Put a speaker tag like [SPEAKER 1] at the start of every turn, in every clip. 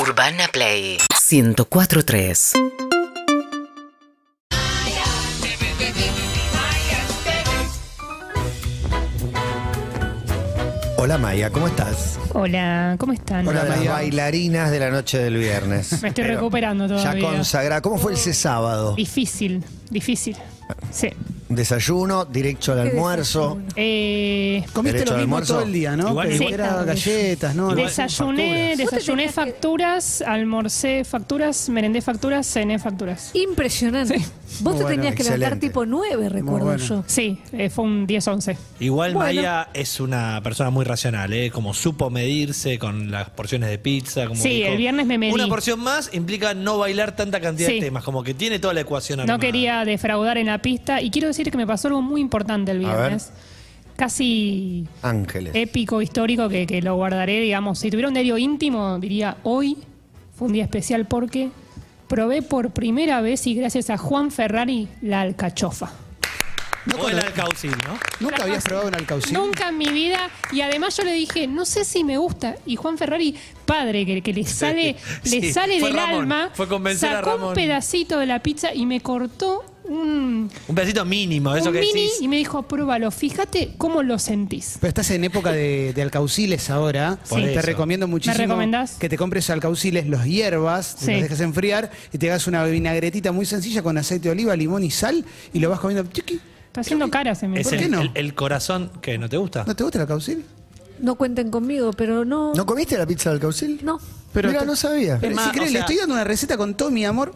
[SPEAKER 1] Urbana Play 1043.
[SPEAKER 2] Hola Maya, ¿cómo estás?
[SPEAKER 3] Hola, ¿cómo están?
[SPEAKER 2] Una de las bailarinas de la noche del viernes.
[SPEAKER 3] Me estoy
[SPEAKER 2] Pero
[SPEAKER 3] recuperando
[SPEAKER 2] Ya
[SPEAKER 3] todavía.
[SPEAKER 2] consagrada. ¿Cómo fue ese sábado?
[SPEAKER 3] Difícil, difícil. Sí.
[SPEAKER 2] Desayuno, directo al almuerzo.
[SPEAKER 3] Eh,
[SPEAKER 4] Comiste
[SPEAKER 2] ¿Derecho
[SPEAKER 4] lo
[SPEAKER 2] al
[SPEAKER 4] mismo
[SPEAKER 2] almuerzo?
[SPEAKER 4] todo el día, ¿no?
[SPEAKER 5] Igual
[SPEAKER 4] que
[SPEAKER 5] sí.
[SPEAKER 4] era galletas, ¿no?
[SPEAKER 3] desayuné, desayuné facturas, almorcé facturas, merendé facturas, cené facturas.
[SPEAKER 6] Impresionante. Vos te
[SPEAKER 2] Bueno,
[SPEAKER 6] tenías que levantar
[SPEAKER 2] excelente.
[SPEAKER 6] tipo 9, recuerdo
[SPEAKER 4] bueno.
[SPEAKER 6] yo.
[SPEAKER 3] Sí, eh, fue un 10-11.
[SPEAKER 5] Igual
[SPEAKER 6] Bueno.
[SPEAKER 5] Maya es una persona muy racional, ¿eh? Como supo medirse con las porciones de pizza. Como
[SPEAKER 3] Sí,
[SPEAKER 5] dijo,
[SPEAKER 3] el viernes me medí.
[SPEAKER 5] Una porción más implica no bailar tanta cantidad
[SPEAKER 3] Sí.
[SPEAKER 5] de temas, como que tiene toda la ecuación
[SPEAKER 3] No
[SPEAKER 5] armada.
[SPEAKER 3] quería defraudar en la pista y quiero decir que me pasó algo muy importante el
[SPEAKER 2] A ver.
[SPEAKER 3] viernes. Casi
[SPEAKER 2] Ángeles.
[SPEAKER 3] épico, histórico, que, que lo guardaré, digamos. Si tuviera un diario íntimo, diría hoy fue un día especial porque probé por primera vez y gracias a Juan Ferrari la alcachofa.
[SPEAKER 5] O el alcaucil, ¿no?
[SPEAKER 4] Nunca habías probado un alcaucil.
[SPEAKER 3] Nunca en mi vida, y además yo le dije, no sé si me gusta. Y Juan Ferrari, padre, que, que le sale, le
[SPEAKER 5] sí,
[SPEAKER 3] sale
[SPEAKER 5] fue
[SPEAKER 3] del
[SPEAKER 5] Ramón,
[SPEAKER 3] alma,
[SPEAKER 5] fue convencer a
[SPEAKER 3] sacó un
[SPEAKER 5] Ramón.
[SPEAKER 3] pedacito de la pizza y me cortó un,
[SPEAKER 5] Un pedacito mínimo, eso
[SPEAKER 3] un
[SPEAKER 5] que
[SPEAKER 3] mini
[SPEAKER 5] decís.
[SPEAKER 3] y me dijo, pruébalo, fíjate cómo lo sentís.
[SPEAKER 4] Pero estás en época de, de alcauciles ahora.
[SPEAKER 5] Por
[SPEAKER 4] Te
[SPEAKER 5] eso.
[SPEAKER 4] recomiendo muchísimo
[SPEAKER 3] recomendás?
[SPEAKER 4] que te compres alcauciles, los hierbas, te
[SPEAKER 3] Sí.
[SPEAKER 4] los dejes enfriar y te hagas una vinagretita muy sencilla con aceite de oliva, limón y sal y lo vas comiendo. Chiqui,
[SPEAKER 3] Está haciendo caras en mi
[SPEAKER 5] Es
[SPEAKER 4] ¿Por
[SPEAKER 5] el,
[SPEAKER 4] qué no?
[SPEAKER 5] el- el corazón que no te gusta.
[SPEAKER 4] ¿No te gusta el alcaucil?
[SPEAKER 6] No cuenten conmigo, pero no.
[SPEAKER 2] ¿No comiste la pizza del caucil?
[SPEAKER 6] no.
[SPEAKER 4] Pero
[SPEAKER 2] Mira,
[SPEAKER 4] te-
[SPEAKER 2] no sabía.
[SPEAKER 4] Pero
[SPEAKER 5] más,
[SPEAKER 4] si querés,
[SPEAKER 5] o
[SPEAKER 4] le
[SPEAKER 5] sea-
[SPEAKER 4] estoy dando una receta con todo mi amor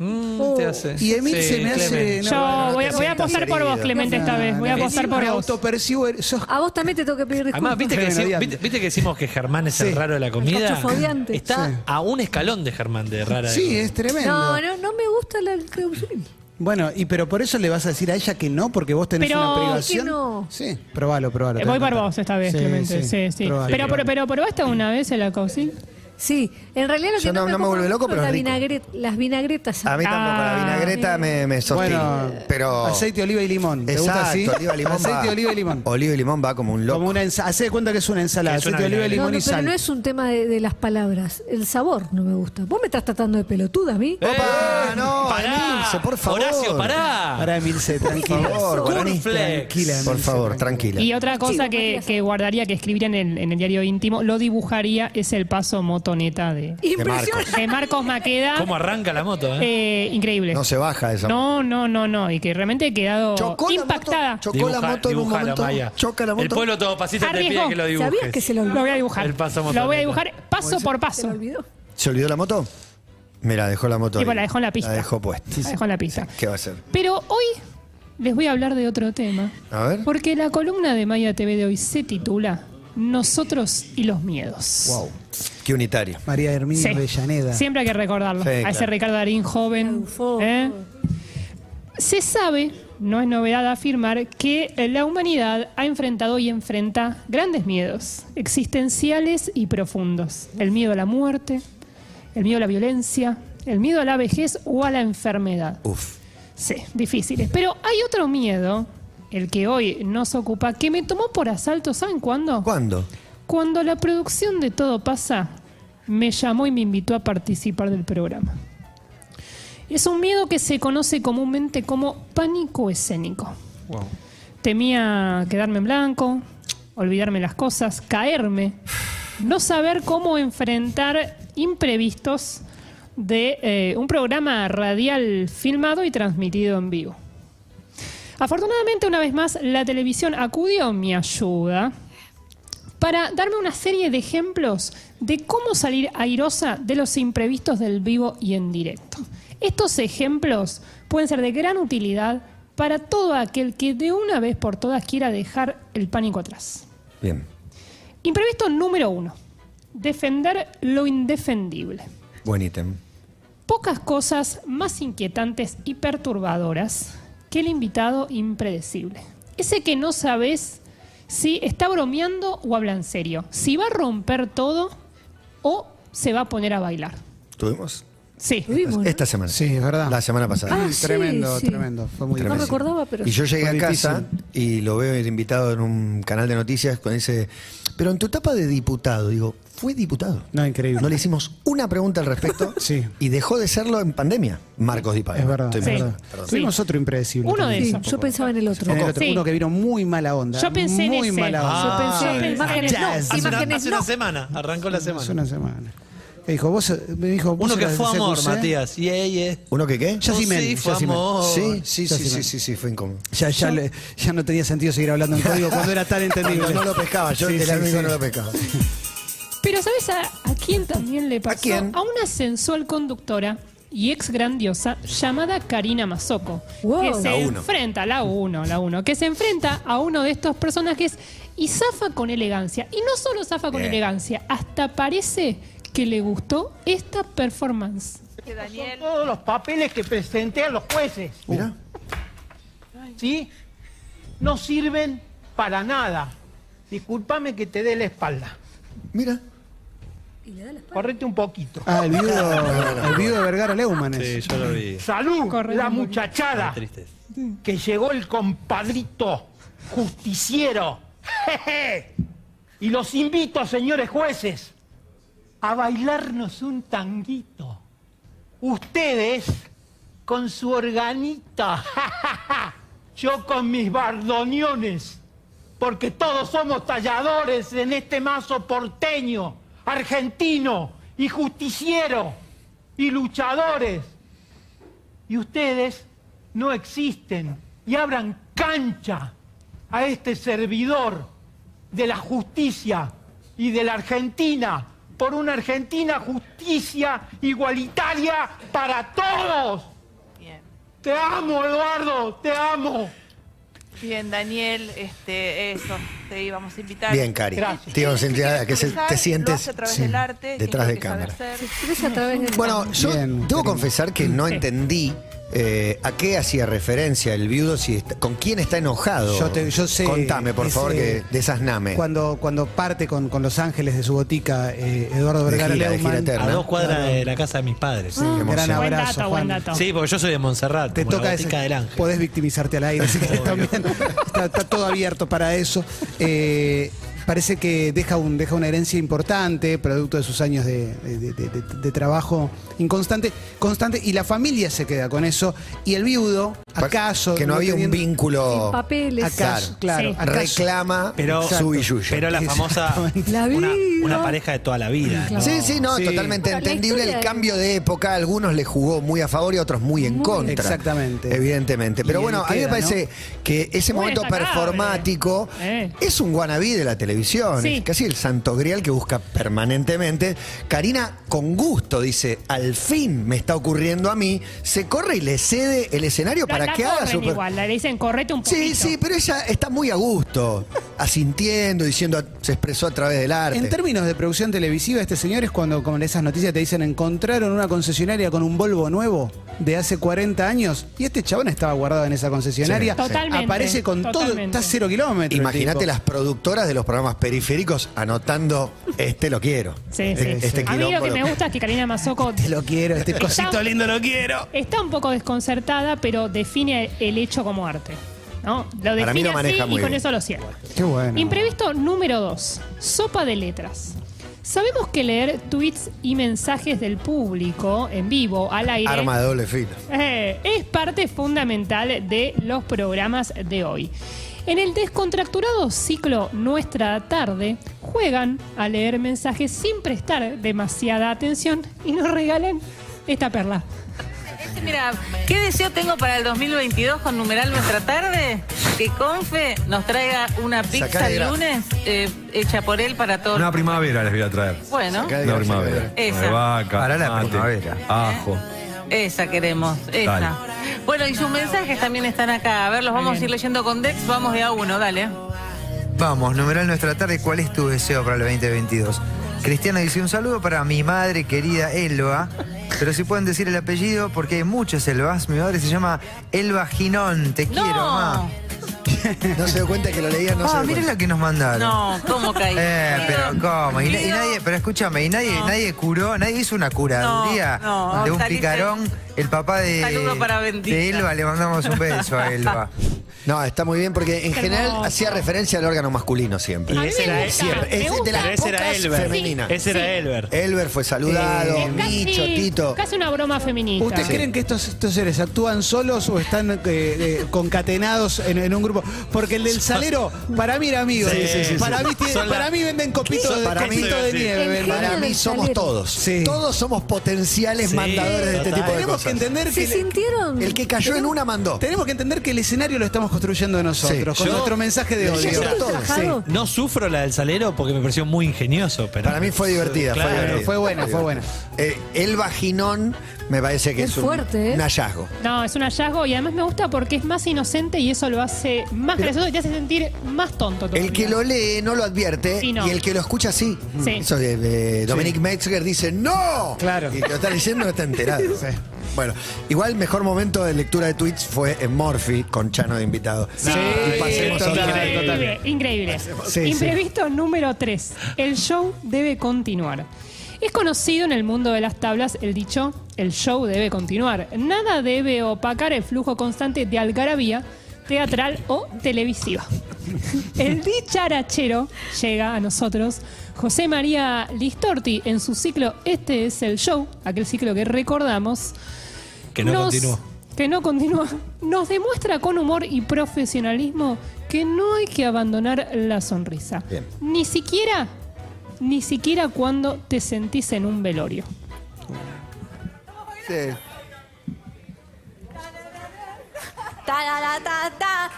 [SPEAKER 5] Mm, te hace.
[SPEAKER 4] y a mí
[SPEAKER 5] Sí,
[SPEAKER 4] se me hace.
[SPEAKER 5] Clemen.
[SPEAKER 4] no,
[SPEAKER 3] Yo
[SPEAKER 4] no, no,
[SPEAKER 3] voy, a,
[SPEAKER 2] te
[SPEAKER 3] voy a
[SPEAKER 2] sientas
[SPEAKER 3] apostar por vos,
[SPEAKER 2] herido.
[SPEAKER 3] Clemente, esta
[SPEAKER 4] no,
[SPEAKER 3] vez. Voy a
[SPEAKER 4] no,
[SPEAKER 3] apostar
[SPEAKER 4] no,
[SPEAKER 3] por
[SPEAKER 4] me
[SPEAKER 3] vos.
[SPEAKER 4] autopercibo, sos
[SPEAKER 6] A vos también te tengo que pedir disculpas.
[SPEAKER 5] Además, ¿viste que,
[SPEAKER 4] Clemen
[SPEAKER 5] decimos,
[SPEAKER 4] odiante.
[SPEAKER 5] viste, viste que decimos que Germán es
[SPEAKER 4] Sí.
[SPEAKER 5] el raro de la comida?
[SPEAKER 6] Alcachofodiante.
[SPEAKER 5] Está
[SPEAKER 4] Sí.
[SPEAKER 5] a un escalón de Germán de rara. de
[SPEAKER 4] Sí,
[SPEAKER 5] comida.
[SPEAKER 4] es tremendo.
[SPEAKER 6] No, no, no me gusta la alcaucil.
[SPEAKER 4] Bueno, y pero por eso le vas a decir a ella que no, porque vos tenés
[SPEAKER 3] Pero-
[SPEAKER 4] una privación.
[SPEAKER 6] ¿Por qué no?
[SPEAKER 4] Sí, probalo, probalo.
[SPEAKER 3] Eh,
[SPEAKER 4] te va a
[SPEAKER 3] Voy por
[SPEAKER 4] encantar.
[SPEAKER 3] vos esta vez,
[SPEAKER 4] Sí,
[SPEAKER 3] Clemente. Sí, sí.
[SPEAKER 4] probalo.
[SPEAKER 3] Pero, pero, pero probaste una vez el alcaucil.
[SPEAKER 6] Sí, en realidad lo que
[SPEAKER 2] Yo no-
[SPEAKER 6] no, me,
[SPEAKER 2] no me
[SPEAKER 6] como
[SPEAKER 2] vuelve loco,
[SPEAKER 6] mucho
[SPEAKER 2] pero
[SPEAKER 6] la
[SPEAKER 2] es rico.
[SPEAKER 6] vinagre- las vinagretas.
[SPEAKER 2] A mí tampoco, la
[SPEAKER 3] Ah,
[SPEAKER 2] vinagreta me, me sostiene.
[SPEAKER 4] Bueno,
[SPEAKER 2] pero...
[SPEAKER 4] aceite, oliva y limón. ¿Te
[SPEAKER 2] Exacto,
[SPEAKER 4] gusta así?
[SPEAKER 2] oliva y limón
[SPEAKER 4] aceite,
[SPEAKER 2] va-
[SPEAKER 4] oliva y limón.
[SPEAKER 2] Oliva y limón va como un loco.
[SPEAKER 4] Como una ensalada. Hacé de cuenta que es una ensalada.
[SPEAKER 5] Es una
[SPEAKER 4] aceite, oliva y
[SPEAKER 6] No,
[SPEAKER 4] limón
[SPEAKER 6] no,
[SPEAKER 4] y
[SPEAKER 6] pero
[SPEAKER 4] sal.
[SPEAKER 6] no es un tema de, de las palabras. El sabor no me gusta. Vos me estás tratando de pelotuda a mí.
[SPEAKER 5] Eh,
[SPEAKER 2] ¡Opa! ¡No!
[SPEAKER 5] Pará,
[SPEAKER 2] Emilce, por favor!
[SPEAKER 5] Horacio, pará.
[SPEAKER 4] Para Emilce,
[SPEAKER 2] Por
[SPEAKER 4] tranquila.
[SPEAKER 2] favor, guaraní.
[SPEAKER 5] Cornflakes.
[SPEAKER 4] Tranquila,
[SPEAKER 2] Por
[SPEAKER 4] Emilce,
[SPEAKER 2] favor, tranquila.
[SPEAKER 3] Y otra cosa
[SPEAKER 6] Sí,
[SPEAKER 3] que,
[SPEAKER 6] podría ser.
[SPEAKER 3] que guardaría, que escribiría en el, en el diario íntimo, lo dibujaría, es el paso motoneta de,
[SPEAKER 6] Impresionante.
[SPEAKER 3] de Marcos Maqueda.
[SPEAKER 5] ¿Cómo arranca la moto? Eh?
[SPEAKER 3] Eh, increíble.
[SPEAKER 2] No se baja esa
[SPEAKER 3] No, no, no, no. Y que realmente he quedado
[SPEAKER 2] Chocó la moto,
[SPEAKER 3] impactada.
[SPEAKER 2] chocó la moto en un
[SPEAKER 5] dibujala,
[SPEAKER 2] momento,
[SPEAKER 5] Maya.
[SPEAKER 2] choca la
[SPEAKER 5] El
[SPEAKER 2] moto.
[SPEAKER 5] pueblo todo pasista te pide
[SPEAKER 3] Arriesgó.
[SPEAKER 5] que lo dibujes.
[SPEAKER 6] ¿Sabías que se lo
[SPEAKER 3] Lo
[SPEAKER 6] olvidó?
[SPEAKER 3] voy a dibujar.
[SPEAKER 5] El paso
[SPEAKER 3] lo voy a
[SPEAKER 5] motoneta.
[SPEAKER 3] dibujar paso por
[SPEAKER 6] Se
[SPEAKER 3] paso.
[SPEAKER 6] lo olvidó.
[SPEAKER 2] ¿Se olvidó la moto? Mira, dejó la moto
[SPEAKER 3] Y
[SPEAKER 2] ahí.
[SPEAKER 3] pues la dejó en la pista.
[SPEAKER 2] La dejó puesta.
[SPEAKER 3] La dejó en la pista.
[SPEAKER 2] ¿Qué va a hacer?
[SPEAKER 3] Pero hoy les voy a hablar de otro tema.
[SPEAKER 2] A ver.
[SPEAKER 3] Porque la columna de Maya TV de hoy se titula Nosotros y los miedos.
[SPEAKER 4] Wow.
[SPEAKER 2] Oh, Qué unitario.
[SPEAKER 4] María Herminia
[SPEAKER 3] Sí.
[SPEAKER 4] Avellaneda.
[SPEAKER 3] Siempre hay que recordarlo.
[SPEAKER 2] Sí,
[SPEAKER 3] A ese
[SPEAKER 2] claro.
[SPEAKER 3] Ricardo Darín joven.
[SPEAKER 6] Ufó.
[SPEAKER 3] ¿eh? Se sabe, no es novedad afirmar, que la humanidad ha enfrentado y enfrenta grandes miedos, existenciales y profundos. El miedo a la muerte, el miedo a la violencia, el miedo a la vejez o a la enfermedad.
[SPEAKER 2] Uf.
[SPEAKER 3] Sí, difíciles. Pero hay otro miedo, el que hoy nos ocupa, que me tomó por asalto, ¿saben cuándo?
[SPEAKER 2] ¿Cuándo?
[SPEAKER 3] Cuando la producción de Todo pasa me llamó y me invitó a participar del programa. Es un miedo que se conoce comúnmente como pánico escénico. Temía quedarme en blanco, olvidarme las cosas, caerme, no saber cómo enfrentar imprevistos de eh, un programa radial filmado y transmitido en vivo. Afortunadamente, una vez más, la televisión acudió en mi ayuda para darme una serie de ejemplos de cómo salir airosa de los imprevistos del vivo y en directo. Estos ejemplos pueden ser de gran utilidad para todo aquel que de una vez por todas quiera dejar el pánico atrás.
[SPEAKER 2] Bien.
[SPEAKER 3] Imprevisto número uno, defender lo indefendible.
[SPEAKER 2] Buen ítem.
[SPEAKER 3] Pocas cosas más inquietantes y perturbadoras que el invitado impredecible. Ese que no sabes si está bromeando o habla en serio, si va a romper todo o se va a poner a bailar.
[SPEAKER 2] ¿Tuvimos?
[SPEAKER 3] Sí.
[SPEAKER 6] Tuvimos, ¿no?
[SPEAKER 2] Esta semana.
[SPEAKER 4] Sí, es verdad.
[SPEAKER 2] La semana pasada.
[SPEAKER 6] Ah,
[SPEAKER 4] Uy,
[SPEAKER 6] sí,
[SPEAKER 4] tremendo,
[SPEAKER 6] sí.
[SPEAKER 4] tremendo. Fue muy
[SPEAKER 6] No
[SPEAKER 4] difícil.
[SPEAKER 6] recordaba, pero
[SPEAKER 2] Y yo llegué
[SPEAKER 4] Fue
[SPEAKER 2] a casa y lo veo invitado en un canal de noticias con ese. Pero en tu etapa de diputado, digo, fue diputado.
[SPEAKER 4] No, increíble.
[SPEAKER 2] No le hicimos una pregunta al respecto
[SPEAKER 4] Sí.
[SPEAKER 2] y dejó de serlo en pandemia, Marcos Di Palma.
[SPEAKER 4] Es verdad.
[SPEAKER 2] Estoy
[SPEAKER 4] es
[SPEAKER 3] Sí.
[SPEAKER 2] mal.
[SPEAKER 4] verdad.
[SPEAKER 2] Perdón.
[SPEAKER 4] Tuvimos
[SPEAKER 3] Sí.
[SPEAKER 4] otro impredecible.
[SPEAKER 3] Uno de
[SPEAKER 4] también.
[SPEAKER 6] sí,
[SPEAKER 3] esos.
[SPEAKER 6] yo pensaba en el otro.
[SPEAKER 4] En el otro,
[SPEAKER 3] Sí.
[SPEAKER 4] Uno que vieron muy mala onda.
[SPEAKER 3] Yo pensé en
[SPEAKER 4] muy
[SPEAKER 3] ese.
[SPEAKER 4] mala onda.
[SPEAKER 5] Ah,
[SPEAKER 6] Yo pensé en
[SPEAKER 5] sí.
[SPEAKER 6] imágenes, no,
[SPEAKER 5] Hace una-
[SPEAKER 6] imágenes,
[SPEAKER 5] hace una
[SPEAKER 6] no.
[SPEAKER 5] semana, arrancó la
[SPEAKER 4] Hace
[SPEAKER 5] semana.
[SPEAKER 4] una semana. Me dijo, vos, me dijo, vos
[SPEAKER 5] Uno que
[SPEAKER 4] eras
[SPEAKER 5] fue
[SPEAKER 4] de
[SPEAKER 5] amor,
[SPEAKER 4] CQC.
[SPEAKER 5] Matías. Yeah, yeah.
[SPEAKER 2] ¿Uno que qué?
[SPEAKER 4] Ya
[SPEAKER 5] Vos
[SPEAKER 4] sí, men,
[SPEAKER 5] Oh, sí,
[SPEAKER 4] ya
[SPEAKER 5] fue
[SPEAKER 4] sí, men.
[SPEAKER 5] amor.
[SPEAKER 2] Sí, sí,
[SPEAKER 4] Ya
[SPEAKER 2] sí,
[SPEAKER 4] sí,
[SPEAKER 2] sí,
[SPEAKER 4] man.
[SPEAKER 2] sí, sí, fue incómodo.
[SPEAKER 4] Ya, ya, le- ya no tenía sentido seguir hablando en código cuando era tan entendible.
[SPEAKER 2] No lo pescaba, yo
[SPEAKER 4] Sí,
[SPEAKER 2] el
[SPEAKER 4] sí,
[SPEAKER 2] amigo
[SPEAKER 4] sí.
[SPEAKER 2] no lo pescaba.
[SPEAKER 3] Pero ¿sabes a, a quién también le pasó?
[SPEAKER 2] quién?
[SPEAKER 3] A una sensual conductora y ex grandiosa llamada Karina Mazoco.
[SPEAKER 6] Wow.
[SPEAKER 3] Que se
[SPEAKER 2] La uno.
[SPEAKER 3] enfrenta, la uno, la uno, que se enfrenta a uno de estos personajes y zafa con elegancia. Y no solo zafa con
[SPEAKER 2] Bien.
[SPEAKER 3] elegancia, hasta parece que le gustó esta performance.
[SPEAKER 7] Son todos los papeles que presenté a los jueces,
[SPEAKER 2] Mirá,
[SPEAKER 7] ¿sí? No sirven para nada. Discúlpame que te dé la espalda.
[SPEAKER 2] mira.
[SPEAKER 7] Correte un poquito.
[SPEAKER 4] Ah, el viudo, el viudo de Vergara Leumann es.
[SPEAKER 5] Sí, yo lo vi.
[SPEAKER 7] Salud,
[SPEAKER 3] Correte
[SPEAKER 7] la
[SPEAKER 3] un poquito.
[SPEAKER 7] muchachada,
[SPEAKER 5] Triste.
[SPEAKER 7] que llegó el compadrito justiciero. Jeje. Y los invito, señores jueces, a bailarnos un tanguito. Ustedes con su organita. Yo con mis bardoneones. Porque todos somos talladores en este mazo porteño, argentino y justiciero y luchadores. Y ustedes no existen y abran cancha a este servidor de la justicia y de la Argentina por una Argentina justicia igualitaria para todos. Te amo, Eduardo, te amo.
[SPEAKER 8] Bien, Daniel, este, eso, te íbamos a invitar.
[SPEAKER 2] Bien, Cari.
[SPEAKER 7] Gracias.
[SPEAKER 2] Te vamos a sentir a que se-
[SPEAKER 8] Expresar,
[SPEAKER 2] te
[SPEAKER 8] Lo
[SPEAKER 2] sientes
[SPEAKER 8] hace a través
[SPEAKER 2] sí,
[SPEAKER 8] del arte. que
[SPEAKER 2] detrás
[SPEAKER 8] es lo
[SPEAKER 2] de
[SPEAKER 8] que sabe
[SPEAKER 2] cámara.
[SPEAKER 8] hacer.
[SPEAKER 6] Ves a través del-
[SPEAKER 2] Bueno, yo
[SPEAKER 4] Bien,
[SPEAKER 2] debo
[SPEAKER 4] Karina.
[SPEAKER 2] confesar que no entendí eh, a qué hacía referencia el viudo, si está- con quién está enojado.
[SPEAKER 4] Yo, te- yo sé.
[SPEAKER 2] Contame, por
[SPEAKER 4] ese-
[SPEAKER 2] favor, que desasname.
[SPEAKER 4] Cuando, cuando parte con, con Los Ángeles de su botica, eh, Eduardo
[SPEAKER 2] De
[SPEAKER 4] Vergara
[SPEAKER 2] gira, de gira
[SPEAKER 4] Leumann.
[SPEAKER 2] eterna.
[SPEAKER 5] A dos cuadras de la casa de mis padres. Sí,
[SPEAKER 2] Qué
[SPEAKER 4] gran
[SPEAKER 2] emoción.
[SPEAKER 3] Buen
[SPEAKER 4] abrazo,
[SPEAKER 3] dato, buen
[SPEAKER 4] Juan.
[SPEAKER 3] dato.
[SPEAKER 5] porque yo soy de Montserrat.
[SPEAKER 4] Te
[SPEAKER 5] como la
[SPEAKER 4] toca
[SPEAKER 5] botica
[SPEAKER 4] ese-
[SPEAKER 5] del ángel.
[SPEAKER 4] Podés victimizarte al aire, así que también está, está todo abierto para eso. Eh, parece que deja, un, deja una herencia importante, producto de sus años de, de- de- de- de trabajo inconstante, constante, y la familia se queda con eso. Y el viudo, acaso.
[SPEAKER 2] Que no había un
[SPEAKER 4] teniendo-
[SPEAKER 2] vínculo.
[SPEAKER 6] Sin papeles.
[SPEAKER 4] Acaso, Ah,
[SPEAKER 2] Claro.
[SPEAKER 4] claro.
[SPEAKER 3] Sí.
[SPEAKER 4] acaso.
[SPEAKER 2] Reclama
[SPEAKER 5] Pero,
[SPEAKER 2] su billuyo.
[SPEAKER 5] pero la famosa.
[SPEAKER 4] Exactamente.
[SPEAKER 6] La
[SPEAKER 5] una,
[SPEAKER 6] vida.
[SPEAKER 5] una pareja de toda la vida. ¿no?
[SPEAKER 2] Sí, sí, no,
[SPEAKER 4] Sí.
[SPEAKER 2] totalmente
[SPEAKER 6] Bueno, la
[SPEAKER 2] entendible
[SPEAKER 6] historia
[SPEAKER 2] el
[SPEAKER 6] es-
[SPEAKER 2] cambio de época. A algunos les jugó muy a favor y a otros muy en contra.
[SPEAKER 4] Exactamente.
[SPEAKER 2] Evidentemente. Pero
[SPEAKER 4] Y
[SPEAKER 2] bueno,
[SPEAKER 4] ahí
[SPEAKER 2] a mí me
[SPEAKER 4] queda,
[SPEAKER 2] parece que ese
[SPEAKER 3] Muy
[SPEAKER 2] momento
[SPEAKER 3] destacable.
[SPEAKER 2] performático
[SPEAKER 3] Eh.
[SPEAKER 2] es un wannabe de la televisión.
[SPEAKER 3] Sí.
[SPEAKER 2] Es casi el santo grial que busca permanentemente. Karina, con gusto, dice: al fin me está ocurriendo a mí. Se corre y le cede el escenario
[SPEAKER 3] La-
[SPEAKER 2] para
[SPEAKER 3] la
[SPEAKER 2] que haga
[SPEAKER 3] corren
[SPEAKER 2] su. per-
[SPEAKER 3] igual, le dicen correte un poquito.
[SPEAKER 2] Sí, sí, pero ella está muy a gusto, asintiendo, diciendo, se expresó a través del arte.
[SPEAKER 4] En términos de producción televisiva, este señor es cuando, como en esas noticias te dicen, encontraron una concesionaria con un Volvo nuevo de hace 40 años y este chabón estaba guardado en esa concesionaria.
[SPEAKER 3] Sí, sí. Totalmente,
[SPEAKER 4] Aparece con todo,
[SPEAKER 3] totalmente.
[SPEAKER 4] está cero kilómetros. el
[SPEAKER 2] Imagínate
[SPEAKER 4] tipo.
[SPEAKER 2] las productoras de los programas periféricos anotando, este lo quiero.
[SPEAKER 3] Sí, sí.
[SPEAKER 2] este
[SPEAKER 3] a mí lo
[SPEAKER 2] quilombo
[SPEAKER 3] que me gusta es que Karina Mazoco
[SPEAKER 4] Te lo quiero, este cosito
[SPEAKER 3] Está-
[SPEAKER 4] lindo lo quiero.
[SPEAKER 3] Está un poco desconcertada, pero define el hecho como arte. ¿no? Lo define
[SPEAKER 2] Para mí lo maneja
[SPEAKER 3] así
[SPEAKER 2] muy
[SPEAKER 3] y con
[SPEAKER 2] bien.
[SPEAKER 3] eso lo cierra.
[SPEAKER 4] Qué bueno.
[SPEAKER 3] Imprevisto número 2. Sopa de letras. Sabemos que leer tweets y mensajes del público en vivo, al aire,
[SPEAKER 2] Arma de doble filo.
[SPEAKER 3] eh, es parte fundamental de los programas de hoy. En el descontracturado ciclo Nuestra Tarde, juegan a leer mensajes sin prestar demasiada atención y nos regalan esta perla.
[SPEAKER 8] Este, mira, ¿qué deseo tengo para el 2022 con numeral nuestra tarde? Que Confe nos traiga una pizza
[SPEAKER 2] Sacá de
[SPEAKER 8] el
[SPEAKER 2] gra-
[SPEAKER 8] lunes eh, hecha por él para todos.
[SPEAKER 9] Una primavera les voy a traer.
[SPEAKER 8] Bueno,
[SPEAKER 2] Sacá de
[SPEAKER 9] Una
[SPEAKER 2] gra-
[SPEAKER 9] primavera.
[SPEAKER 8] Esa.
[SPEAKER 9] De vaca,
[SPEAKER 2] Para la
[SPEAKER 9] mate, Ah.
[SPEAKER 2] primavera.
[SPEAKER 9] Ajo.
[SPEAKER 8] esa queremos, esa.
[SPEAKER 9] Dale.
[SPEAKER 8] Bueno, y sus mensajes también están acá. A ver, los vamos a ir leyendo con Dex. Vamos de a uno, dale.
[SPEAKER 10] Vamos, numeral nuestra tarde, ¿cuál es tu deseo para el 2022? Cristiana dice un saludo para mi madre querida Elba, pero si pueden decir el apellido porque hay muchas Elvas, mi madre se llama Elba Ginón, te
[SPEAKER 8] No.
[SPEAKER 10] quiero, ma.
[SPEAKER 2] No se dio cuenta que lo leía, no se
[SPEAKER 10] ah,
[SPEAKER 2] dio
[SPEAKER 10] miren
[SPEAKER 2] cuenta.
[SPEAKER 10] la que nos mandaron.
[SPEAKER 8] No, ¿cómo caí?
[SPEAKER 10] Eh, pero cómo, y, na- y
[SPEAKER 8] Guido,
[SPEAKER 10] nadie, pero escúchame, y nadie, nadie curó, nadie hizo una curaduría
[SPEAKER 8] No, no,
[SPEAKER 10] de un
[SPEAKER 8] saliste-
[SPEAKER 10] picarón. El papá de,
[SPEAKER 8] Saludo para Bendita.
[SPEAKER 10] de Elba, le mandamos un beso a Elba.
[SPEAKER 2] No, está muy bien porque en
[SPEAKER 3] Qué
[SPEAKER 2] general
[SPEAKER 3] hermoso.
[SPEAKER 2] hacía referencia al órgano masculino siempre.
[SPEAKER 3] A mí me gusta,
[SPEAKER 2] Siempre.
[SPEAKER 3] me
[SPEAKER 2] Es de
[SPEAKER 3] gusta.
[SPEAKER 2] las
[SPEAKER 5] Ese era
[SPEAKER 2] pocas
[SPEAKER 5] Elber.
[SPEAKER 2] femeninas.
[SPEAKER 5] Ese
[SPEAKER 3] Sí.
[SPEAKER 5] era Elber.
[SPEAKER 2] Elber fue saludado,
[SPEAKER 3] Es casi-
[SPEAKER 2] Micho, Tito.
[SPEAKER 3] Casi una broma feminista.
[SPEAKER 4] ¿Ustedes creen que estos, estos seres actúan solos o están eh, eh, concatenados en, en un grupo? Porque el del salero, para mí era amigo.
[SPEAKER 5] Sí, sí, sí,
[SPEAKER 4] para,
[SPEAKER 5] sí.
[SPEAKER 4] mí tiene-
[SPEAKER 5] Son la-
[SPEAKER 4] para mí venden copitos de,
[SPEAKER 2] Para mí-
[SPEAKER 4] copito de
[SPEAKER 5] Sí.
[SPEAKER 4] nieve.
[SPEAKER 6] El
[SPEAKER 4] venden.
[SPEAKER 2] Para
[SPEAKER 6] Genio
[SPEAKER 2] mí
[SPEAKER 6] del
[SPEAKER 2] somos
[SPEAKER 6] salero.
[SPEAKER 2] todos.
[SPEAKER 4] Sí.
[SPEAKER 2] Todos somos potenciales
[SPEAKER 5] Sí,
[SPEAKER 2] mandadores de este
[SPEAKER 5] total.
[SPEAKER 2] tipo de
[SPEAKER 4] Tenemos que
[SPEAKER 2] cosas.
[SPEAKER 4] entender
[SPEAKER 6] ¿Se
[SPEAKER 4] que... le-
[SPEAKER 6] sintieron?
[SPEAKER 2] El que cayó en una mandó.
[SPEAKER 4] Tenemos que entender que el escenario lo estamos construyendo nosotros,
[SPEAKER 2] Sí.
[SPEAKER 4] con
[SPEAKER 5] Yo-
[SPEAKER 4] nuestro mensaje de
[SPEAKER 2] Yo
[SPEAKER 4] odio.
[SPEAKER 2] siento
[SPEAKER 4] Sí.
[SPEAKER 6] ultrajado.
[SPEAKER 5] No sufro la del salero porque me pareció muy ingenioso, pero.
[SPEAKER 2] Para mí fue divertida.
[SPEAKER 5] Claro,
[SPEAKER 2] fue, divertida,
[SPEAKER 4] fue buena, fue buena.
[SPEAKER 2] Eh, el vaginón me parece que es,
[SPEAKER 6] Es
[SPEAKER 2] un-
[SPEAKER 6] fuerte, ¿eh?
[SPEAKER 2] un hallazgo.
[SPEAKER 3] No, es un hallazgo y además me gusta porque es más inocente y eso lo hace más gracioso y te hace sentir más tonto. todavía.
[SPEAKER 2] El que lo lee no lo advierte
[SPEAKER 3] Y no.
[SPEAKER 2] y el que lo escucha sí.
[SPEAKER 3] Sí.
[SPEAKER 2] Eso que eh, Dominic Metzger dice ¡No!
[SPEAKER 4] Claro.
[SPEAKER 2] Y el que lo está leyendo no está enterado.
[SPEAKER 4] Sí.
[SPEAKER 2] Bueno, igual mejor momento de lectura de tweets fue en Morphy con Chano de invitado.
[SPEAKER 3] Sí,
[SPEAKER 2] Y pasemos
[SPEAKER 5] total,
[SPEAKER 2] otra vez.
[SPEAKER 3] increíble, increíble.
[SPEAKER 4] Sí, sí.
[SPEAKER 3] Imprevisto número 3. El show debe continuar. Es conocido en el mundo de las tablas el dicho, el show debe continuar. Nada debe opacar el flujo constante de algarabía teatral o televisiva. El dicharachero llega a nosotros José María Listorti en su ciclo Este es el show, aquel ciclo que recordamos,
[SPEAKER 5] Que no
[SPEAKER 3] nos-
[SPEAKER 5] continuó.
[SPEAKER 3] Que no continúa. Nos demuestra con humor y profesionalismo que no hay que abandonar la sonrisa.
[SPEAKER 2] Bien.
[SPEAKER 3] Ni siquiera, ni siquiera cuando te sentís en un velorio.
[SPEAKER 2] Sí.
[SPEAKER 9] Ta, la, la, ta, ta.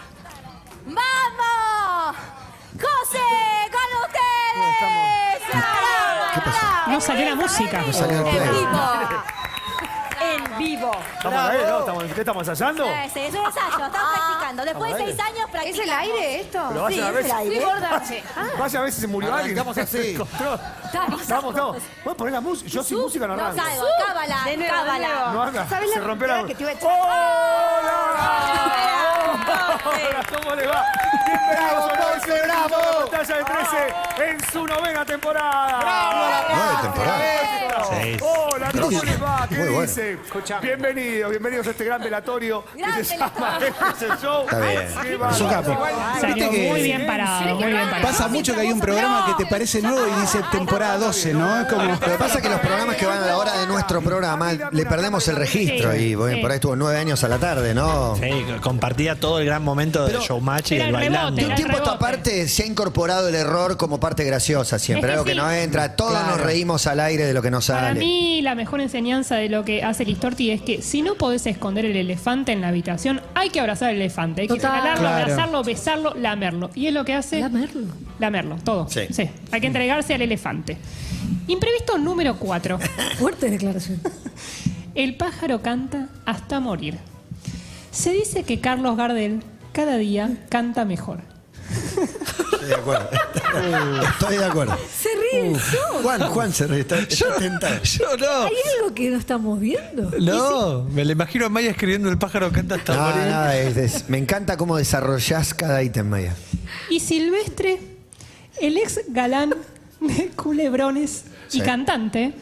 [SPEAKER 9] ¡Vamos! ¡José! ¡Con ustedes! ¡Bravo,
[SPEAKER 2] ¿Qué pasó?
[SPEAKER 9] bravo!
[SPEAKER 3] No salió la música.
[SPEAKER 2] No salió el
[SPEAKER 9] En
[SPEAKER 2] play.
[SPEAKER 9] vivo. En vivo.
[SPEAKER 11] ¿Estamos al aire, no? ¿Estamos, ¿Qué estamos ensayando?
[SPEAKER 9] Es, es un ensayo, están
[SPEAKER 6] Ah.
[SPEAKER 9] practicando. Después de seis años practicamos. ¿Es el aire esto?
[SPEAKER 11] Pero vaya
[SPEAKER 9] sí,
[SPEAKER 11] a
[SPEAKER 9] es
[SPEAKER 11] ver
[SPEAKER 9] el
[SPEAKER 11] si-
[SPEAKER 9] aire.
[SPEAKER 11] Vaya a ver si se murió alguien. Estamos así. Estamos,
[SPEAKER 9] Estamos,
[SPEAKER 11] estamos. Voy a poner la música. Yo sin música no
[SPEAKER 9] No,
[SPEAKER 11] arranco.
[SPEAKER 9] salgo,
[SPEAKER 6] Uh.
[SPEAKER 9] cábala,
[SPEAKER 8] De nuevo,
[SPEAKER 9] cábala.
[SPEAKER 8] de nuevo.
[SPEAKER 11] No arranca.
[SPEAKER 9] ¿Sabes la
[SPEAKER 11] Se rompió la. ¡Oh!
[SPEAKER 9] que te iba a echar?
[SPEAKER 11] ¡Hola!
[SPEAKER 8] Hola.
[SPEAKER 11] Hola, ¿Cómo le va? Bienvenidos a una vez más a la pantalla de 13 en su novena temporada.
[SPEAKER 2] Nueve temporadas.
[SPEAKER 12] eh.
[SPEAKER 5] Sí.
[SPEAKER 11] Hola, ¿cómo les va? ¿Qué
[SPEAKER 2] Muy bueno.
[SPEAKER 11] dice? Bienvenidos, bienvenidos a este gran velatorio que se llama Este es el Show.
[SPEAKER 2] Está bien.
[SPEAKER 11] Qué
[SPEAKER 4] Es un
[SPEAKER 11] bárbaro.
[SPEAKER 4] capo. Viste
[SPEAKER 3] Salió
[SPEAKER 4] que-
[SPEAKER 3] muy bien parado, muy bien parado.
[SPEAKER 4] Pasa mucho que hay un programa que te parece nuevo y dice
[SPEAKER 3] Ah,
[SPEAKER 4] temporada 12, ¿no? Es como...
[SPEAKER 2] Lo que pasa es que los programas que van a la hora de nuestro programa le perdemos el registro
[SPEAKER 3] Sí,
[SPEAKER 2] y bueno,
[SPEAKER 3] sí.
[SPEAKER 2] por ahí estuvo nueve años a la tarde, ¿no?
[SPEAKER 5] Sí, compartía todo el gran momento del showmatch y
[SPEAKER 3] era
[SPEAKER 5] del
[SPEAKER 3] el rebote,
[SPEAKER 5] bailando.
[SPEAKER 2] De un
[SPEAKER 3] Era el
[SPEAKER 2] tiempo a esta
[SPEAKER 3] rebote.
[SPEAKER 2] parte se ha incorporado el error como parte graciosa siempre,
[SPEAKER 3] Es que
[SPEAKER 2] algo que
[SPEAKER 3] sí.
[SPEAKER 2] no entra, todos nos reímos al aire de lo que nos sale.
[SPEAKER 3] Para mí la mejor enseñanza de lo que hace Listorti es que si no podés esconder el elefante en la habitación, hay que abrazar al elefante. Hay que
[SPEAKER 6] Total.
[SPEAKER 3] jalarlo,
[SPEAKER 4] Claro.
[SPEAKER 3] abrazarlo, besarlo, lamerlo. Y es lo que hace...
[SPEAKER 6] Lamerlo.
[SPEAKER 3] Lamerlo, todo.
[SPEAKER 2] Sí.
[SPEAKER 3] Sí. Hay que entregarse al elefante. Imprevisto número 4.
[SPEAKER 6] Fuerte declaración.
[SPEAKER 3] El pájaro canta hasta morir. Se dice que Carlos Gardel cada día canta mejor.
[SPEAKER 2] Estoy de acuerdo. Estoy de acuerdo.
[SPEAKER 6] Se ríe el show.
[SPEAKER 2] Juan, Juan se ríe, está, está tentado.
[SPEAKER 5] Yo no.
[SPEAKER 6] ¿Hay algo que no estamos viendo?
[SPEAKER 5] No, me lo imagino a Maya escribiendo el pájaro canta hasta
[SPEAKER 2] No,
[SPEAKER 5] morir.
[SPEAKER 2] no, es- es- me encanta cómo desarrollás cada ítem, Maya.
[SPEAKER 3] Y Silvestre, el ex galán de Culebrones y
[SPEAKER 2] Sí.
[SPEAKER 3] cantante,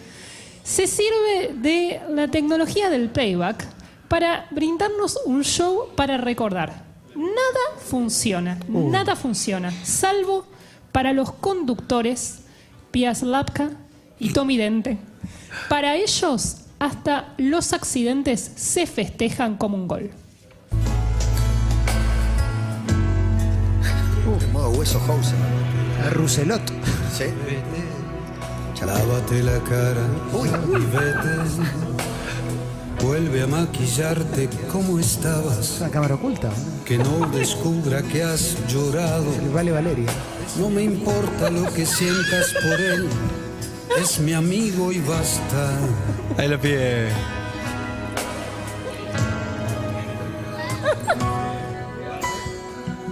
[SPEAKER 3] se sirve de la tecnología del playback para brindarnos un show para recordar. Nada funciona, nada funciona, salvo para los conductores Pias Lapka y Tommy Dente. Para ellos, hasta los accidentes se festejan como un gol.
[SPEAKER 2] En modo hueso house.
[SPEAKER 4] A Uh. Ruselot.
[SPEAKER 2] ¿Sí?
[SPEAKER 13] Lávate la cara y vete. Vuelve a maquillarte como
[SPEAKER 4] Es
[SPEAKER 13] estabas.
[SPEAKER 4] una cámara oculta.
[SPEAKER 13] Que no descubra que has llorado.
[SPEAKER 4] Vale Valeria.
[SPEAKER 13] No me importa lo que sientas por él. Es mi amigo y basta.
[SPEAKER 5] Ahí lo pide.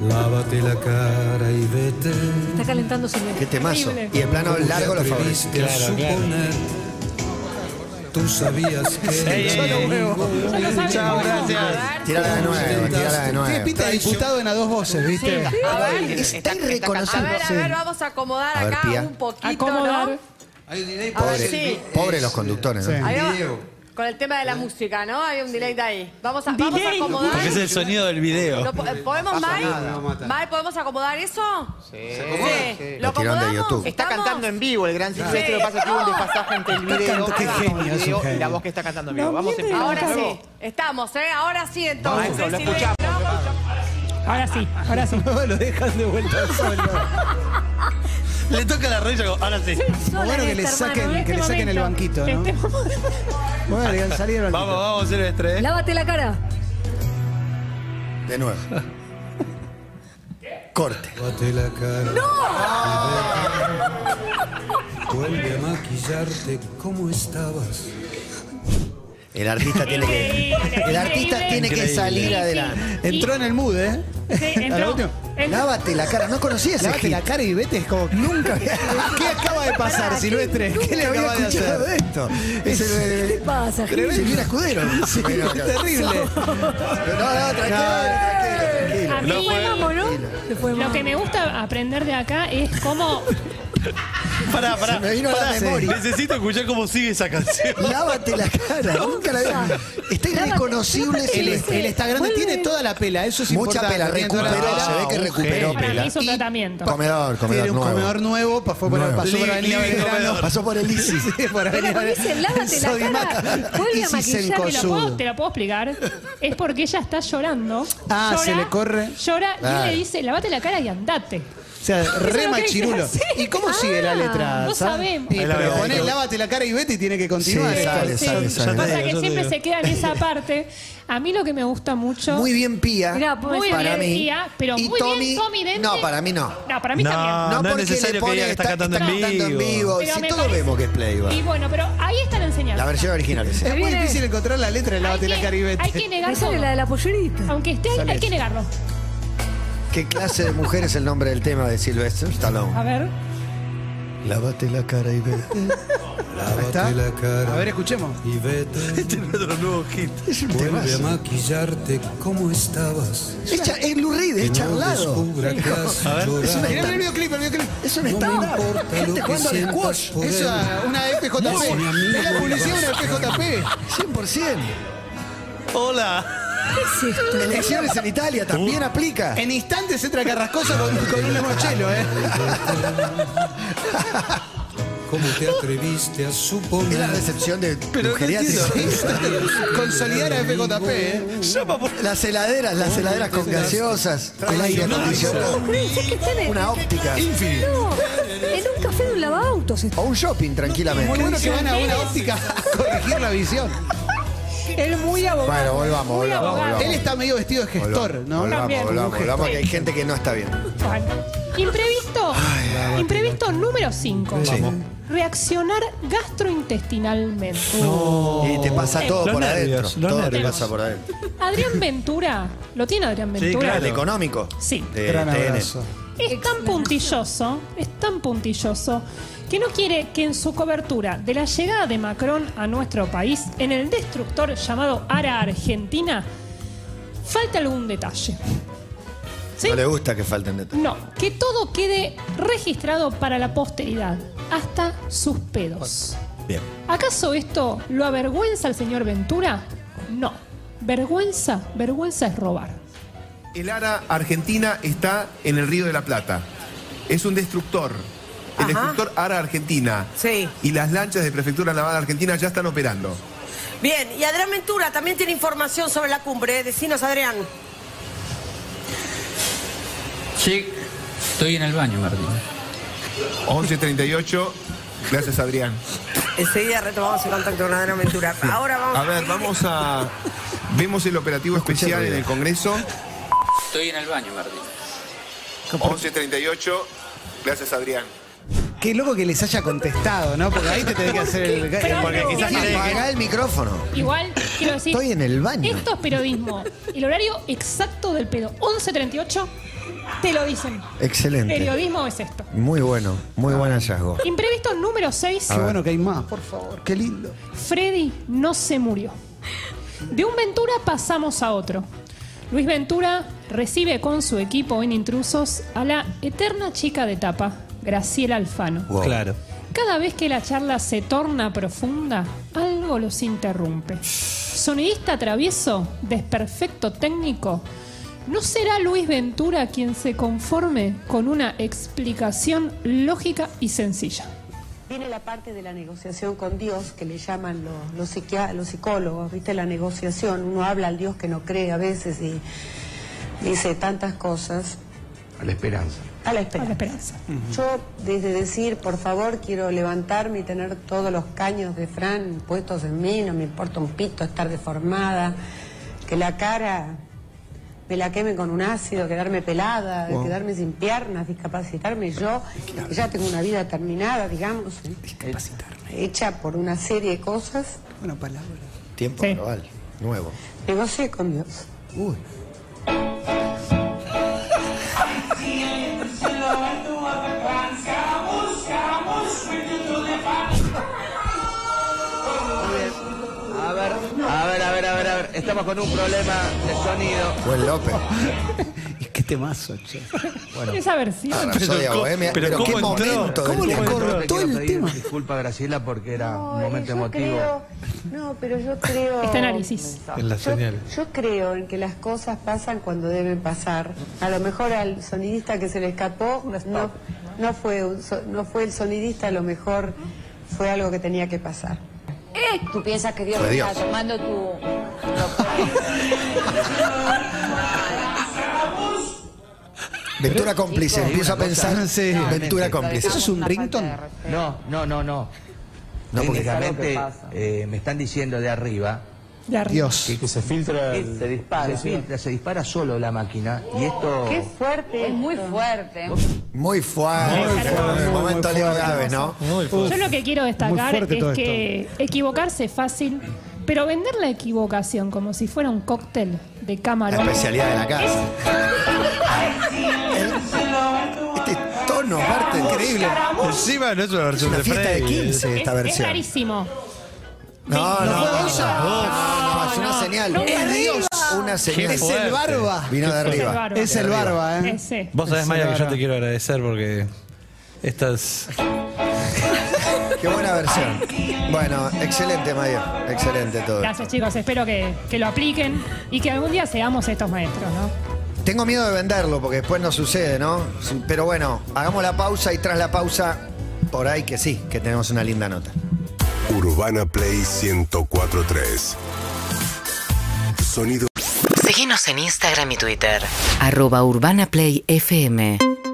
[SPEAKER 13] Lávate la cara y vete.
[SPEAKER 6] Está calentándose el
[SPEAKER 2] Qué temazo.
[SPEAKER 3] Horrible.
[SPEAKER 2] Y en plano
[SPEAKER 13] Como te
[SPEAKER 2] largo lo favorece.
[SPEAKER 13] atreviste a
[SPEAKER 5] Claro, claro.
[SPEAKER 13] suponer Tú sabías que.
[SPEAKER 2] Ey, ey, ey. Ya lo sabemos. Chao, gracias. Tírala de nuevo, tírala de nuevo.
[SPEAKER 4] Tiene pinta de diputado en a dos voces, ¿viste?
[SPEAKER 2] Sí, sí.
[SPEAKER 4] A ver,
[SPEAKER 2] Está
[SPEAKER 9] A
[SPEAKER 2] irreconocible.
[SPEAKER 9] ver, a ver, vamos a acomodar
[SPEAKER 2] A ver,
[SPEAKER 9] acá
[SPEAKER 2] Pía.
[SPEAKER 9] un poquito, ¿no?
[SPEAKER 13] Hay un delay
[SPEAKER 9] A ver,
[SPEAKER 2] Pobre,
[SPEAKER 9] sí.
[SPEAKER 2] pobre los conductores, ¿no?
[SPEAKER 4] Sí.
[SPEAKER 9] Ahí va-
[SPEAKER 13] Video.
[SPEAKER 9] Con el tema de la música, ¿no? Hay un delay de ahí. Vamos a, vamos a acomodar.
[SPEAKER 5] Porque es el sonido del video.
[SPEAKER 9] ¿Lo po- eh, ¿Podemos,
[SPEAKER 13] Pasa
[SPEAKER 9] Mai?
[SPEAKER 13] nada, no mata.
[SPEAKER 9] Mai, ¿podemos acomodar eso?
[SPEAKER 12] Sí.
[SPEAKER 9] ¿Lo
[SPEAKER 2] Lo tiraron de
[SPEAKER 9] acomodamos?
[SPEAKER 2] YouTube.
[SPEAKER 12] Está
[SPEAKER 9] ¿Estamos?
[SPEAKER 12] cantando en vivo el gran silvestre,
[SPEAKER 9] Sí.
[SPEAKER 12] lo que pasa es que hubo un desfasaje entre el
[SPEAKER 4] Está
[SPEAKER 12] video,
[SPEAKER 4] cantando, qué
[SPEAKER 12] el
[SPEAKER 4] genio, es un
[SPEAKER 12] video y la
[SPEAKER 4] genio.
[SPEAKER 12] voz que está cantando en vivo. Vamos en vivo.
[SPEAKER 9] Ahora sí. Estamos, ¿eh? Ahora sí, entonces.
[SPEAKER 12] Maestro, lo
[SPEAKER 9] sí,
[SPEAKER 12] escuchamos.
[SPEAKER 3] Ahora sí, ahora sí.
[SPEAKER 4] lo dejan de vuelta solo.
[SPEAKER 5] Le toca la rodilla como, ahora sí.
[SPEAKER 4] bueno que
[SPEAKER 3] esta,
[SPEAKER 4] le
[SPEAKER 3] hermano,
[SPEAKER 4] saquen,
[SPEAKER 3] en
[SPEAKER 4] que le
[SPEAKER 3] este
[SPEAKER 4] saquen el
[SPEAKER 3] momento.
[SPEAKER 4] banquito, ¿no?
[SPEAKER 3] Este momento.
[SPEAKER 4] Bueno, le salieron al
[SPEAKER 5] Vamos, vamos, Silvestre. ¿eh?
[SPEAKER 6] Lávate la cara.
[SPEAKER 2] De nuevo. Corte.
[SPEAKER 13] Bate la cara. ¡No! Vuelve a maquillarte como estabas.
[SPEAKER 2] El artista tiene que. El artista tiene que
[SPEAKER 5] Increíble.
[SPEAKER 2] salir adelante.
[SPEAKER 4] Entró en el mood, ¿eh?
[SPEAKER 3] Sí,
[SPEAKER 4] A la
[SPEAKER 3] entró.
[SPEAKER 4] última.
[SPEAKER 3] entró.
[SPEAKER 2] Lávate la cara. No conocí ese
[SPEAKER 4] Lávate
[SPEAKER 2] hit.
[SPEAKER 4] la cara y vete, es como...
[SPEAKER 2] Nunca.
[SPEAKER 4] ¿Qué acaba de pasar, Silvestre? ¿Qué le
[SPEAKER 2] Nunca
[SPEAKER 4] acaba de
[SPEAKER 2] escuchado
[SPEAKER 4] hacer?
[SPEAKER 2] esto. Es el
[SPEAKER 6] ¿Qué pasa, Gil?
[SPEAKER 2] Silvina Escudero.
[SPEAKER 4] Sí,
[SPEAKER 2] Pero-
[SPEAKER 4] terrible.
[SPEAKER 2] No, no, tranquilo, tranquilo,
[SPEAKER 3] A
[SPEAKER 2] tranquilo.
[SPEAKER 3] mí
[SPEAKER 5] No fue-
[SPEAKER 6] Vamos, ¿no? Se fue
[SPEAKER 3] lo
[SPEAKER 6] mamá.
[SPEAKER 3] que me gusta aprender de acá es cómo
[SPEAKER 5] Pará, pará.
[SPEAKER 2] Se me vino a la
[SPEAKER 5] pará.
[SPEAKER 2] memoria.
[SPEAKER 5] Necesito escuchar cómo sigue esa canción.
[SPEAKER 2] Lávate la cara. Nunca la había. Está irreconocible
[SPEAKER 4] Él,
[SPEAKER 2] ese
[SPEAKER 4] es- él está grande, tiene toda la pela, eso es
[SPEAKER 2] Mucha
[SPEAKER 4] importante.
[SPEAKER 2] pela,
[SPEAKER 4] tiene toda la
[SPEAKER 2] recuperó,
[SPEAKER 4] pela.
[SPEAKER 2] se ve que
[SPEAKER 5] un
[SPEAKER 2] recuperó
[SPEAKER 5] genio.
[SPEAKER 3] para mí
[SPEAKER 2] pela.
[SPEAKER 3] hizo
[SPEAKER 4] Y-
[SPEAKER 3] tratamiento.
[SPEAKER 2] Comedor, comedor
[SPEAKER 4] Tiene un
[SPEAKER 2] nuevo.
[SPEAKER 4] comedor nuevo, pa- fue por-
[SPEAKER 2] Nuevo.
[SPEAKER 4] pasó por Avenida
[SPEAKER 5] Living
[SPEAKER 4] Belgrano.
[SPEAKER 5] comedor.
[SPEAKER 2] Pasó por el ISIS.
[SPEAKER 4] Sí, por
[SPEAKER 6] Pero
[SPEAKER 4] Avenida
[SPEAKER 6] cuando dice
[SPEAKER 4] Belgrano.
[SPEAKER 6] lávate la
[SPEAKER 4] Sodimata.
[SPEAKER 6] cara, vuelve a
[SPEAKER 4] Isis
[SPEAKER 6] maquillar.
[SPEAKER 3] Te lo,
[SPEAKER 4] Sencosud.
[SPEAKER 3] puedo, te lo puedo explicar. Es porque ella está llorando.
[SPEAKER 4] Ah, se le corre.
[SPEAKER 3] Llora y
[SPEAKER 2] Claro.
[SPEAKER 3] él le dice, lavate la cara y andate.
[SPEAKER 4] O sea, re
[SPEAKER 3] lo que
[SPEAKER 4] machirulo.
[SPEAKER 3] dice, sí.
[SPEAKER 4] ¿Y cómo sigue la
[SPEAKER 6] Ah,
[SPEAKER 4] letra?
[SPEAKER 3] no
[SPEAKER 4] ¿sabes?
[SPEAKER 3] sabemos.
[SPEAKER 4] Y,
[SPEAKER 5] Ahí la
[SPEAKER 4] pero
[SPEAKER 5] veo.
[SPEAKER 4] poné, lávate la cara y vete y tiene que
[SPEAKER 2] Sí,
[SPEAKER 4] continuar. esto.
[SPEAKER 2] sale, sale,
[SPEAKER 5] Ya
[SPEAKER 2] sale.
[SPEAKER 5] te
[SPEAKER 3] Pasa
[SPEAKER 5] digo,
[SPEAKER 3] que
[SPEAKER 5] yo te
[SPEAKER 3] siempre
[SPEAKER 5] digo.
[SPEAKER 3] se queda en esa parte. A mí lo que me gusta mucho...
[SPEAKER 2] Muy bien Pía,
[SPEAKER 6] Mirá, pues,
[SPEAKER 3] Muy
[SPEAKER 2] para
[SPEAKER 3] bien,
[SPEAKER 2] mí.
[SPEAKER 3] Pía, pero
[SPEAKER 2] y
[SPEAKER 3] muy bien,
[SPEAKER 2] Tommy,
[SPEAKER 3] Tommy Dente.
[SPEAKER 2] No, para mí no.
[SPEAKER 3] No, para mí
[SPEAKER 5] No.
[SPEAKER 3] también.
[SPEAKER 5] no es
[SPEAKER 2] porque
[SPEAKER 5] necesario
[SPEAKER 2] le
[SPEAKER 5] que diga que está cantando en vivo.
[SPEAKER 3] Pero
[SPEAKER 2] si
[SPEAKER 3] me
[SPEAKER 2] todos
[SPEAKER 3] parece-
[SPEAKER 2] vemos que es Playboy.
[SPEAKER 3] Y bueno, pero ahí está la enseñanza.
[SPEAKER 2] La versión original es esa.
[SPEAKER 4] Es muy difícil encontrar la letra de
[SPEAKER 3] hay,
[SPEAKER 4] lávate
[SPEAKER 3] que,
[SPEAKER 4] la cara y vete.
[SPEAKER 3] hay que
[SPEAKER 6] Me
[SPEAKER 3] negarlo.
[SPEAKER 6] sale la de la pollerita.
[SPEAKER 3] Aunque esté ahí, hay que negarlo.
[SPEAKER 2] ¿Qué clase de mujer es el nombre del tema de Sylvester
[SPEAKER 3] A
[SPEAKER 2] Stallone?
[SPEAKER 3] ver.
[SPEAKER 2] Lávate la cara y vete.
[SPEAKER 4] ¿Está?
[SPEAKER 13] Lávate la cara.
[SPEAKER 4] A ver, escuchemos.
[SPEAKER 13] Y vete.
[SPEAKER 5] Este es nuestro nuevo hit.
[SPEAKER 13] Vuelve a maquillarte como estabas.
[SPEAKER 2] Es, cha- es Lou Reed, es
[SPEAKER 13] Que no
[SPEAKER 2] charlado.
[SPEAKER 13] descubra que has
[SPEAKER 2] Es una
[SPEAKER 13] llorado.
[SPEAKER 4] Mirá, mirá el videoclip, el videoclip.
[SPEAKER 2] Es un
[SPEAKER 13] No me
[SPEAKER 2] estándar.
[SPEAKER 13] importa lo
[SPEAKER 2] Gente
[SPEAKER 13] que
[SPEAKER 2] jugando al
[SPEAKER 13] sientas
[SPEAKER 2] squash.
[SPEAKER 13] por
[SPEAKER 4] Eso a una
[SPEAKER 13] No, si mi
[SPEAKER 4] FJP.
[SPEAKER 13] amigo
[SPEAKER 4] Es la publicidad de una FJP.
[SPEAKER 2] 100%.
[SPEAKER 5] Hola.
[SPEAKER 6] ¿Qué es esto?
[SPEAKER 2] Elecciones en Italia también aplica.
[SPEAKER 4] En instantes entra Carrascosa con, con un mochelo, ¿eh?
[SPEAKER 13] ¿Cómo te atreviste a
[SPEAKER 2] Es la
[SPEAKER 13] suponer?
[SPEAKER 2] recepción de
[SPEAKER 5] Pero no
[SPEAKER 2] geriátrica.
[SPEAKER 4] Consolidar a FJP, ¿eh?
[SPEAKER 5] Llama por.
[SPEAKER 2] Las heladeras, las heladeras con gaseosas, el aire acondicionado,
[SPEAKER 6] Pensé que está en el-
[SPEAKER 2] una óptica
[SPEAKER 6] No, en un café de un lavautos.
[SPEAKER 2] o un shopping
[SPEAKER 4] Muy
[SPEAKER 2] tranquilamente.
[SPEAKER 4] bueno que van a una óptica a corregir la visión.
[SPEAKER 3] Él muy abogado.
[SPEAKER 2] Bueno, volvamos, volvamos, volvamos.
[SPEAKER 4] Él está medio vestido de gestor,
[SPEAKER 2] Volvamos,
[SPEAKER 4] ¿no?
[SPEAKER 2] Volvamos, volvamos, volvamos, que hay gente que no está bien.
[SPEAKER 3] Bueno. Imprevisto. imprevisto número 5. Reaccionar gastrointestinalmente.
[SPEAKER 2] Y te pasa todo
[SPEAKER 5] Los
[SPEAKER 2] por adentro.
[SPEAKER 5] nervios, los
[SPEAKER 2] Todo te
[SPEAKER 5] nervios.
[SPEAKER 2] pasa por adentro.
[SPEAKER 3] Adrián Ventura. ¿Lo tiene Adrián Ventura?
[SPEAKER 5] claro.
[SPEAKER 2] El económico.
[SPEAKER 3] Sí.
[SPEAKER 2] De
[SPEAKER 4] Gran
[SPEAKER 2] TN.
[SPEAKER 4] abrazo.
[SPEAKER 3] Es tan puntilloso, es tan puntilloso, que no quiere que en su cobertura de la llegada de Macron a nuestro país, en el destructor llamado Ara Argentina, falte algún detalle. ¿Sí?
[SPEAKER 2] No le gusta que falten detalles.
[SPEAKER 3] No, que todo quede registrado para la posteridad, hasta sus pedos.
[SPEAKER 5] Bien.
[SPEAKER 3] ¿Acaso esto lo avergüenza al señor Ventura? No. Vergüenza, vergüenza es robar.
[SPEAKER 14] El ARA Argentina está en el Río de la Plata. Es un destructor. El
[SPEAKER 8] Ajá.
[SPEAKER 14] destructor ARA Argentina.
[SPEAKER 8] Sí.
[SPEAKER 14] Y las lanchas de Prefectura Naval Argentina ya están operando.
[SPEAKER 15] Bien, y Adrián Ventura también tiene información sobre la cumbre. ¿eh? Decinos, Adrián.
[SPEAKER 16] Sí, estoy en el baño, Martín.
[SPEAKER 14] 11.38. Gracias, Adrián.
[SPEAKER 15] Enseguida retomamos el contacto con Adrián Ventura. Ahora vamos
[SPEAKER 14] A ver, vamos a... Vemos el operativo especial en el Congreso.
[SPEAKER 16] Estoy en el baño, Martín.
[SPEAKER 14] 11.38. Gracias, Adrián.
[SPEAKER 4] Qué loco que les haya contestado, ¿no? Porque ahí te tenés que hacer el...
[SPEAKER 3] Porque quizás
[SPEAKER 2] Apagá el micrófono.
[SPEAKER 3] Igual, quiero decir.
[SPEAKER 2] Estoy en el baño.
[SPEAKER 3] Esto es periodismo. El horario exacto del pedo, 11.38 Te lo dicen.
[SPEAKER 2] Excelente.
[SPEAKER 3] Periodismo es esto.
[SPEAKER 2] Muy bueno, muy buen hallazgo.
[SPEAKER 3] Imprevisto número 6.
[SPEAKER 2] A ver.
[SPEAKER 4] que hay más, por favor. Qué lindo.
[SPEAKER 3] Freddy no se murió. De un Ventura pasamos a otro. Luis Ventura recibe con su equipo en intrusos a la eterna chica de tapa, Graciela Alfano.
[SPEAKER 5] Claro.
[SPEAKER 3] Cada vez que la charla se torna profunda, algo los interrumpe. Sonidista travieso, desperfecto técnico. ¿No será Luis Ventura quien se conforme con una explicación lógica y sencilla?
[SPEAKER 17] Viene la parte de la negociación con Dios, que le llaman los, los, psiquia- los psicólogos, ¿viste? La negociación. Uno habla al Dios que no cree a veces y dice tantas cosas.
[SPEAKER 10] A la esperanza.
[SPEAKER 17] A la esperanza.
[SPEAKER 10] Ujú.
[SPEAKER 17] Yo, desde decir, por favor, quiero levantarme y tener todos los caños de Fran puestos en mí, no me importa un pito estar deformada, que la cara me la queme con un ácido, quedarme pelada,
[SPEAKER 10] Wow.
[SPEAKER 17] quedarme sin piernas, discapacitarme yo, que ya tengo una vida terminada, digamos, ¿eh? hecha por una serie de cosas.
[SPEAKER 4] Una palabra.
[SPEAKER 2] Tiempo global, nuevo.
[SPEAKER 17] Negocié con Dios.
[SPEAKER 2] Uy.
[SPEAKER 7] A ver, a ver, a ver, a ver, a ver. Estamos con un problema de sonido.
[SPEAKER 2] Buen López.
[SPEAKER 4] Qué temazo, che.
[SPEAKER 7] Bueno.
[SPEAKER 3] Esa versión.
[SPEAKER 2] Ah, Rapsodia
[SPEAKER 10] ¿cómo-
[SPEAKER 2] Bohemia,
[SPEAKER 10] pero
[SPEAKER 2] pero qué
[SPEAKER 10] cómo entró?
[SPEAKER 2] momento del
[SPEAKER 10] ¿Cómo le
[SPEAKER 2] tema.
[SPEAKER 10] cortó
[SPEAKER 17] Te quiero
[SPEAKER 10] el
[SPEAKER 17] pedir
[SPEAKER 10] tema?
[SPEAKER 7] Disculpa, Graciela, porque era un
[SPEAKER 17] Ay,
[SPEAKER 7] momento
[SPEAKER 17] yo
[SPEAKER 7] emotivo.
[SPEAKER 17] creo- no, pero yo creo.
[SPEAKER 3] Este análisis.
[SPEAKER 7] En la
[SPEAKER 17] Yo-
[SPEAKER 7] señal.
[SPEAKER 17] Yo, creo en que las cosas pasan cuando deben pasar. A lo mejor al sonidista que se le escapó no, no fue un so- no fue el sonidista, a lo mejor fue algo que tenía que pasar.
[SPEAKER 9] ¿Tú piensas que Dios
[SPEAKER 17] Fue
[SPEAKER 9] está
[SPEAKER 17] Dios.
[SPEAKER 9] tomando tu...
[SPEAKER 2] Ventura cómplice,
[SPEAKER 7] Chicos,
[SPEAKER 2] empiezo a
[SPEAKER 7] una cosa-
[SPEAKER 2] pensar.
[SPEAKER 7] Sí.
[SPEAKER 2] Ventura
[SPEAKER 7] Realmente.
[SPEAKER 2] cómplice.
[SPEAKER 7] ¿Eso es
[SPEAKER 4] un rington?
[SPEAKER 7] No, no, no, no.
[SPEAKER 2] No, porque-
[SPEAKER 7] Técnicamente eh, me están diciendo de arriba
[SPEAKER 4] Dios.
[SPEAKER 7] que, se filtra,
[SPEAKER 4] el-
[SPEAKER 7] se dispara, se filtra, se dispara solo la máquina y esto
[SPEAKER 9] ¡Qué fuerte! Es muy fuerte.
[SPEAKER 2] Muy fuerte.
[SPEAKER 7] Muy fuerte,
[SPEAKER 2] Un
[SPEAKER 7] muy
[SPEAKER 2] momento
[SPEAKER 7] fuerte.
[SPEAKER 2] grave, ¿no? Muy
[SPEAKER 3] Yo lo que quiero destacar
[SPEAKER 2] Muy fuerte todo
[SPEAKER 3] es que equivocarse es fácil, pero vender la equivocación como si fuera un cóctel de
[SPEAKER 2] La
[SPEAKER 3] camarón.
[SPEAKER 2] especialidad de la casa. ¿Eh? Este tono, Marta, increíble.
[SPEAKER 5] Encima no es una versión
[SPEAKER 2] Una
[SPEAKER 5] de
[SPEAKER 2] fiesta de
[SPEAKER 5] Freddy.
[SPEAKER 2] 15 esta
[SPEAKER 3] Es- Es
[SPEAKER 2] versión.
[SPEAKER 3] rarísimo.
[SPEAKER 2] No, no,
[SPEAKER 3] fue
[SPEAKER 2] no,
[SPEAKER 3] ella.
[SPEAKER 2] no, no, es
[SPEAKER 3] No,
[SPEAKER 2] una
[SPEAKER 3] no,
[SPEAKER 2] señal.
[SPEAKER 3] no,
[SPEAKER 2] Es
[SPEAKER 3] arriba.
[SPEAKER 2] Dios. Una señal.
[SPEAKER 4] Es el barba.
[SPEAKER 2] Vino de arriba.
[SPEAKER 4] Es el barba, ¿eh?
[SPEAKER 3] Ese.
[SPEAKER 5] Vos sabés,
[SPEAKER 4] Es
[SPEAKER 5] Maya, que yo
[SPEAKER 4] verdad.
[SPEAKER 5] te quiero agradecer porque estas.
[SPEAKER 2] Qué buena versión. Bueno, excelente, Maya. Excelente todo.
[SPEAKER 3] Gracias chicos, espero que, que lo apliquen y que algún día seamos estos maestros, ¿no?
[SPEAKER 2] Tengo miedo de venderlo porque después no sucede, ¿no? Sí, Pero bueno, hagamos la pausa y tras la pausa, por ahí que sí, que tenemos una linda nota.
[SPEAKER 10] ¿eh?
[SPEAKER 18] Urbana Play 1043. Sonido.
[SPEAKER 8] Seguinos en Instagram y Twitter. Arroba Urbana Play FM.